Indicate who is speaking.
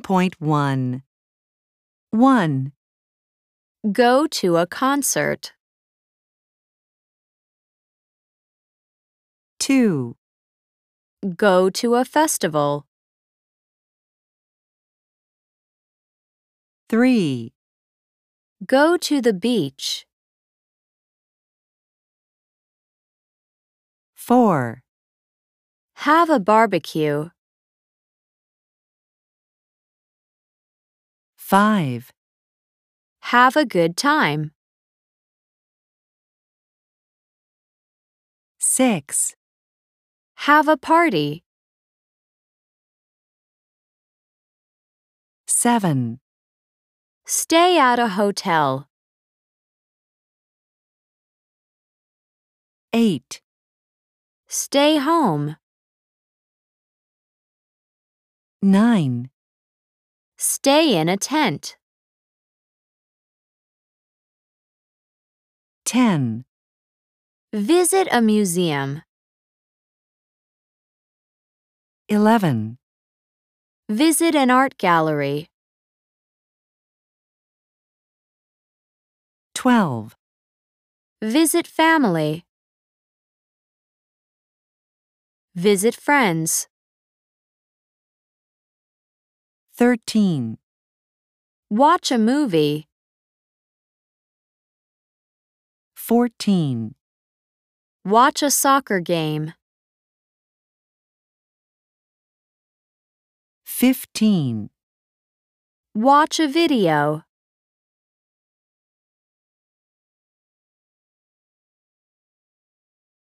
Speaker 1: 10.1 1,
Speaker 2: Go to a concert.
Speaker 1: 2,
Speaker 2: Go to a festival.
Speaker 1: 3,
Speaker 2: Go to the beach.
Speaker 1: 4,
Speaker 2: Have a barbecue.
Speaker 1: 5,
Speaker 2: Have a good time.
Speaker 1: 6,
Speaker 2: Have a party.
Speaker 1: 7,
Speaker 2: Stay at a hotel.
Speaker 1: 8,
Speaker 2: Stay home.
Speaker 1: 9,
Speaker 2: Stay in a tent.
Speaker 1: 10.
Speaker 2: Visit a museum.
Speaker 1: 11.
Speaker 2: Visit an art gallery.
Speaker 1: 12,
Speaker 2: Visit family. Visit friends.
Speaker 1: 13,
Speaker 2: Watch a movie.
Speaker 1: 14,
Speaker 2: Watch a soccer game.
Speaker 1: 15.
Speaker 2: Watch a video.